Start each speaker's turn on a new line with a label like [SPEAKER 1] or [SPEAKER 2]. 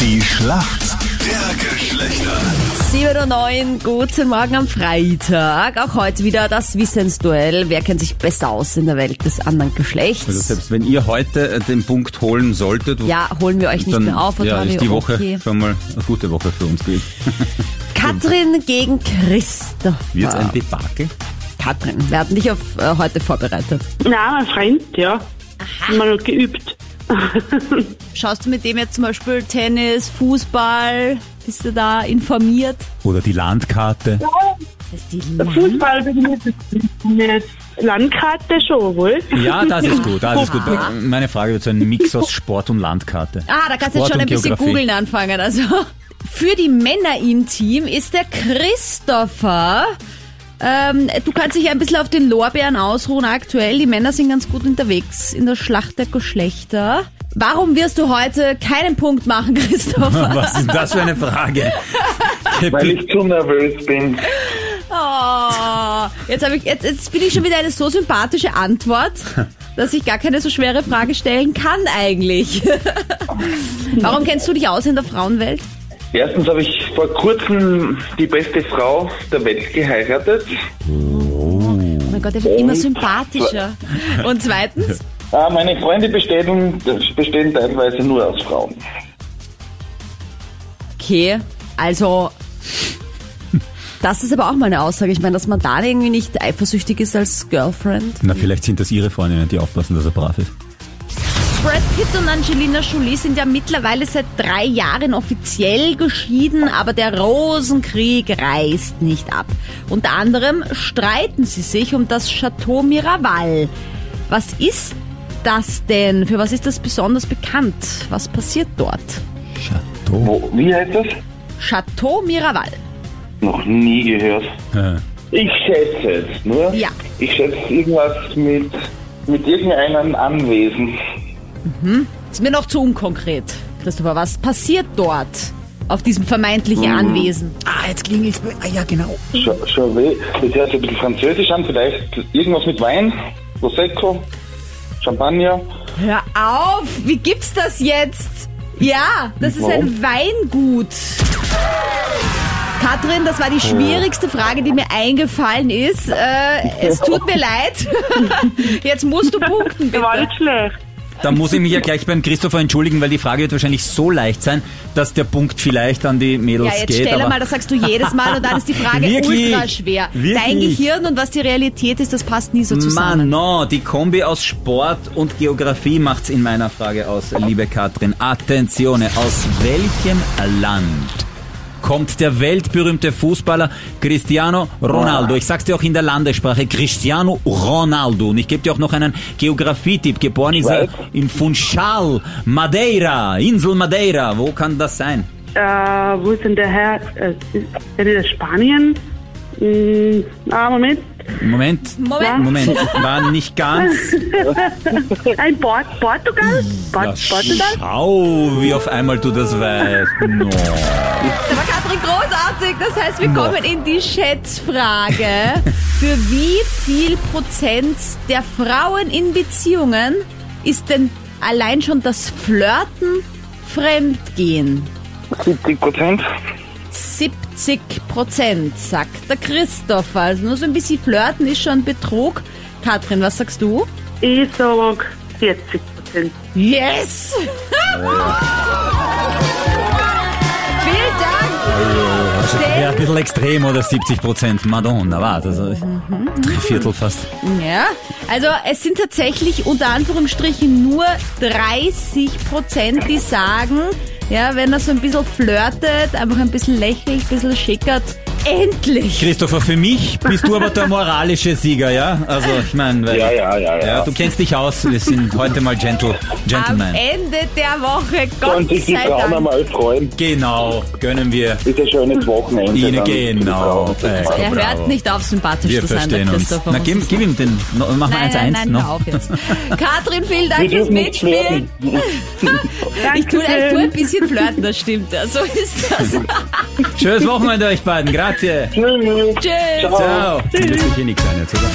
[SPEAKER 1] Die Schlacht der Geschlechter.
[SPEAKER 2] 7 und 9, guten Morgen am Freitag. Auch heute wieder das Wissensduell. Wer kennt sich besser aus in der Welt des anderen
[SPEAKER 3] Also
[SPEAKER 2] Geschlechts?
[SPEAKER 3] selbst wenn ihr heute äh, den Punkt holen solltet,
[SPEAKER 2] Ja, holen wir euch nicht
[SPEAKER 3] dann
[SPEAKER 2] mehr auf. und
[SPEAKER 3] ja,
[SPEAKER 2] waren
[SPEAKER 3] ist
[SPEAKER 2] wir
[SPEAKER 3] die Woche
[SPEAKER 2] okay.
[SPEAKER 3] schon mal eine gute Woche für uns gewesen.
[SPEAKER 2] Katrin gegen Christoph.
[SPEAKER 3] Wird ein Debakel?
[SPEAKER 2] Katrin, wir hatten dich auf äh, heute vorbereitet.
[SPEAKER 4] Nein, ein Freund, ja. Man hat geübt.
[SPEAKER 2] Schaust du mit dem jetzt zum Beispiel Tennis, Fußball? Bist du da informiert?
[SPEAKER 3] Oder die Landkarte?
[SPEAKER 2] Das ist die
[SPEAKER 4] Fußball bin ich nicht. Landkarte schon, wohl?
[SPEAKER 3] Ja, das ist gut, das ist gut. Meine Frage wird so ein Mix aus Sport und Landkarte.
[SPEAKER 2] Ah, da kannst du jetzt
[SPEAKER 3] Sport
[SPEAKER 2] schon
[SPEAKER 3] und
[SPEAKER 2] ein bisschen
[SPEAKER 3] Geografie.
[SPEAKER 2] googeln anfangen. Also für die Männer im Team ist der Christopher. Ähm, du kannst dich ein bisschen auf den Lorbeeren ausruhen aktuell. Die Männer sind ganz gut unterwegs in der Schlacht der Geschlechter. Warum wirst du heute keinen Punkt machen, Christopher?
[SPEAKER 3] Was ist das für eine Frage?
[SPEAKER 5] Weil ich zu nervös bin.
[SPEAKER 2] Oh, jetzt, hab ich, jetzt, jetzt bin ich schon wieder eine so sympathische Antwort, dass ich gar keine so schwere Frage stellen kann eigentlich. Warum kennst du dich aus in der Frauenwelt?
[SPEAKER 5] Erstens habe ich vor kurzem die beste Frau der Welt geheiratet.
[SPEAKER 2] Oh mein Gott, er wird immer sympathischer. Und zweitens,
[SPEAKER 5] Ah, meine Freunde bestehen, bestehen teilweise nur aus Frauen.
[SPEAKER 2] okay, also das ist aber auch mal eine Aussage. Ich meine, dass man da irgendwie nicht eifersüchtig ist als Girlfriend.
[SPEAKER 3] Na, vielleicht sind das ihre Freundinnen, die aufpassen, dass er brav ist.
[SPEAKER 2] Brad Pitt und Angelina Jolie sind ja mittlerweile seit drei Jahren offiziell geschieden, aber der Rosenkrieg reißt nicht ab. Unter anderem streiten sie sich um das Chateau Miraval. Was ist das denn? Für was ist das besonders bekannt? Was passiert dort?
[SPEAKER 3] Chateau.
[SPEAKER 5] Wo, wie heißt das?
[SPEAKER 2] Chateau Miraval.
[SPEAKER 5] Noch nie gehört.
[SPEAKER 3] Äh,
[SPEAKER 5] Ich schätze jetzt nur.
[SPEAKER 2] Ja.
[SPEAKER 5] Ich schätze irgendwas mit, mit irgendeinem Anwesen.
[SPEAKER 2] Ist mir noch zu unkonkret. Christopher, was passiert dort auf diesem vermeintlichen Anwesen?
[SPEAKER 3] Ah, jetzt klingelt's. bei- Ah, ja, genau.
[SPEAKER 5] Cha- Chauvet. Das hört sich ein bisschen französisch an. Vielleicht irgendwas mit Wein, Prosecco, Champagner.
[SPEAKER 2] Hör auf! Wie gibt's das jetzt? Ja, das ist ein Weingut. Katrin, das war die schwierigste Frage, die mir eingefallen ist. Äh, es tut mir leid. Jetzt musst du punkten,
[SPEAKER 4] Das war
[SPEAKER 2] bitte.
[SPEAKER 4] nicht schlecht.
[SPEAKER 3] Da muss ich mich ja gleich beim Christopher entschuldigen, weil die Frage wird wahrscheinlich so leicht sein, dass der Punkt vielleicht an die
[SPEAKER 2] Ja,
[SPEAKER 3] Mädels
[SPEAKER 2] jetzt
[SPEAKER 3] geht.
[SPEAKER 2] stell
[SPEAKER 3] aber
[SPEAKER 2] einmal, das sagst du jedes Mal und dann ist die Frage
[SPEAKER 3] Wirklich?
[SPEAKER 2] ultra schwer. Dein
[SPEAKER 3] Wirklich?
[SPEAKER 2] Gehirn und was die Realität ist, das passt nie so zusammen.
[SPEAKER 3] Mann, no, die Kombi aus Sport und Geografie macht's in meiner Frage aus, liebe Katrin. Attenzione, aus welchem Land kommt der weltberühmte Fußballer Cristiano Ronaldo? Ich sag's dir auch in der Landessprache, Cristiano Ronaldo. Und ich gebe dir auch noch einen Geografietipp. Geboren ist er
[SPEAKER 5] Schweiz.
[SPEAKER 3] in Funchal, Madeira, Insel Madeira. Wo kann das sein?
[SPEAKER 4] Äh, wo ist denn der Herr? Äh, ist der das Spanien? Hm, ah, Moment.
[SPEAKER 3] Moment.
[SPEAKER 2] Moment.
[SPEAKER 3] Moment, war nicht ganz.
[SPEAKER 4] Ein Port Portugal? Port
[SPEAKER 3] Ja,
[SPEAKER 4] Portugal?
[SPEAKER 3] schau, wie auf einmal du das weißt. No.
[SPEAKER 2] Da war Katrin großartig. Das heißt, wir
[SPEAKER 3] Boah.
[SPEAKER 2] kommen in die Schätzfrage. Für wie viel Prozent der Frauen in Beziehungen ist denn allein schon das Flirten Fremdgehen?
[SPEAKER 5] 70 Prozent.
[SPEAKER 2] 70 Prozent, sagt der Christopher. Also nur so ein bisschen Flirten ist schon Betrug. Katrin, was sagst du?
[SPEAKER 4] Ich sag 40 Prozent.
[SPEAKER 2] Yes! Vielen Dank!
[SPEAKER 3] Ja, ein bisschen extrem, oder 70 Prozent. Madonna, warte. Also, Viertel fast.
[SPEAKER 2] Ja, also es sind tatsächlich unter Anführungsstrichen nur 30 Prozent, die sagen, ja, wenn er so ein bisschen flirtet, einfach ein bisschen lächelt, ein bisschen schickert, endlich!
[SPEAKER 3] Christopher, für mich bist du aber der moralische Sieger, ja? Also, ich meine, weil-
[SPEAKER 5] Ja, ja, Ah, ja, ja.
[SPEAKER 3] du kennst dich aus. Wir sind heute mal gentle,
[SPEAKER 2] Am
[SPEAKER 3] Gentleman.
[SPEAKER 2] Ende der Woche, Gott
[SPEAKER 5] Und sich die
[SPEAKER 2] sei
[SPEAKER 5] Frauen
[SPEAKER 2] Dank.
[SPEAKER 5] einmal freuen.
[SPEAKER 3] Genau, gönnen wir.
[SPEAKER 5] Ist ein schönes Wochenende.
[SPEAKER 3] Ihnen
[SPEAKER 5] dann.
[SPEAKER 3] genau.
[SPEAKER 5] Ja.
[SPEAKER 2] Er
[SPEAKER 3] Bravo.
[SPEAKER 2] hört nicht auf, sympathisch
[SPEAKER 3] Wir
[SPEAKER 2] zu sein, der
[SPEAKER 3] verstehen uns.
[SPEAKER 2] Christopher.
[SPEAKER 3] Na,
[SPEAKER 2] muss
[SPEAKER 3] gib,
[SPEAKER 2] ich
[SPEAKER 3] gib
[SPEAKER 2] sagen.
[SPEAKER 3] ihm den. No, machen wir
[SPEAKER 2] Nein,
[SPEAKER 3] eins,
[SPEAKER 2] nein,
[SPEAKER 3] eins.
[SPEAKER 2] nein, hör
[SPEAKER 3] noch.
[SPEAKER 2] auf jetzt. Katrin, vielen Dank
[SPEAKER 5] Wir
[SPEAKER 2] fürs
[SPEAKER 5] dürfen nicht
[SPEAKER 2] Mitspielen.
[SPEAKER 5] flirten.
[SPEAKER 2] Ich tue, ich tue ein bisschen flirten, das stimmt. So ist das.
[SPEAKER 3] Schönes Wochenende euch beiden. Grazie.
[SPEAKER 5] Tschüss.
[SPEAKER 2] Tschüss.
[SPEAKER 5] Ciao.
[SPEAKER 3] Ciao. Du wirst dich eh nichts sein jetzt, oder?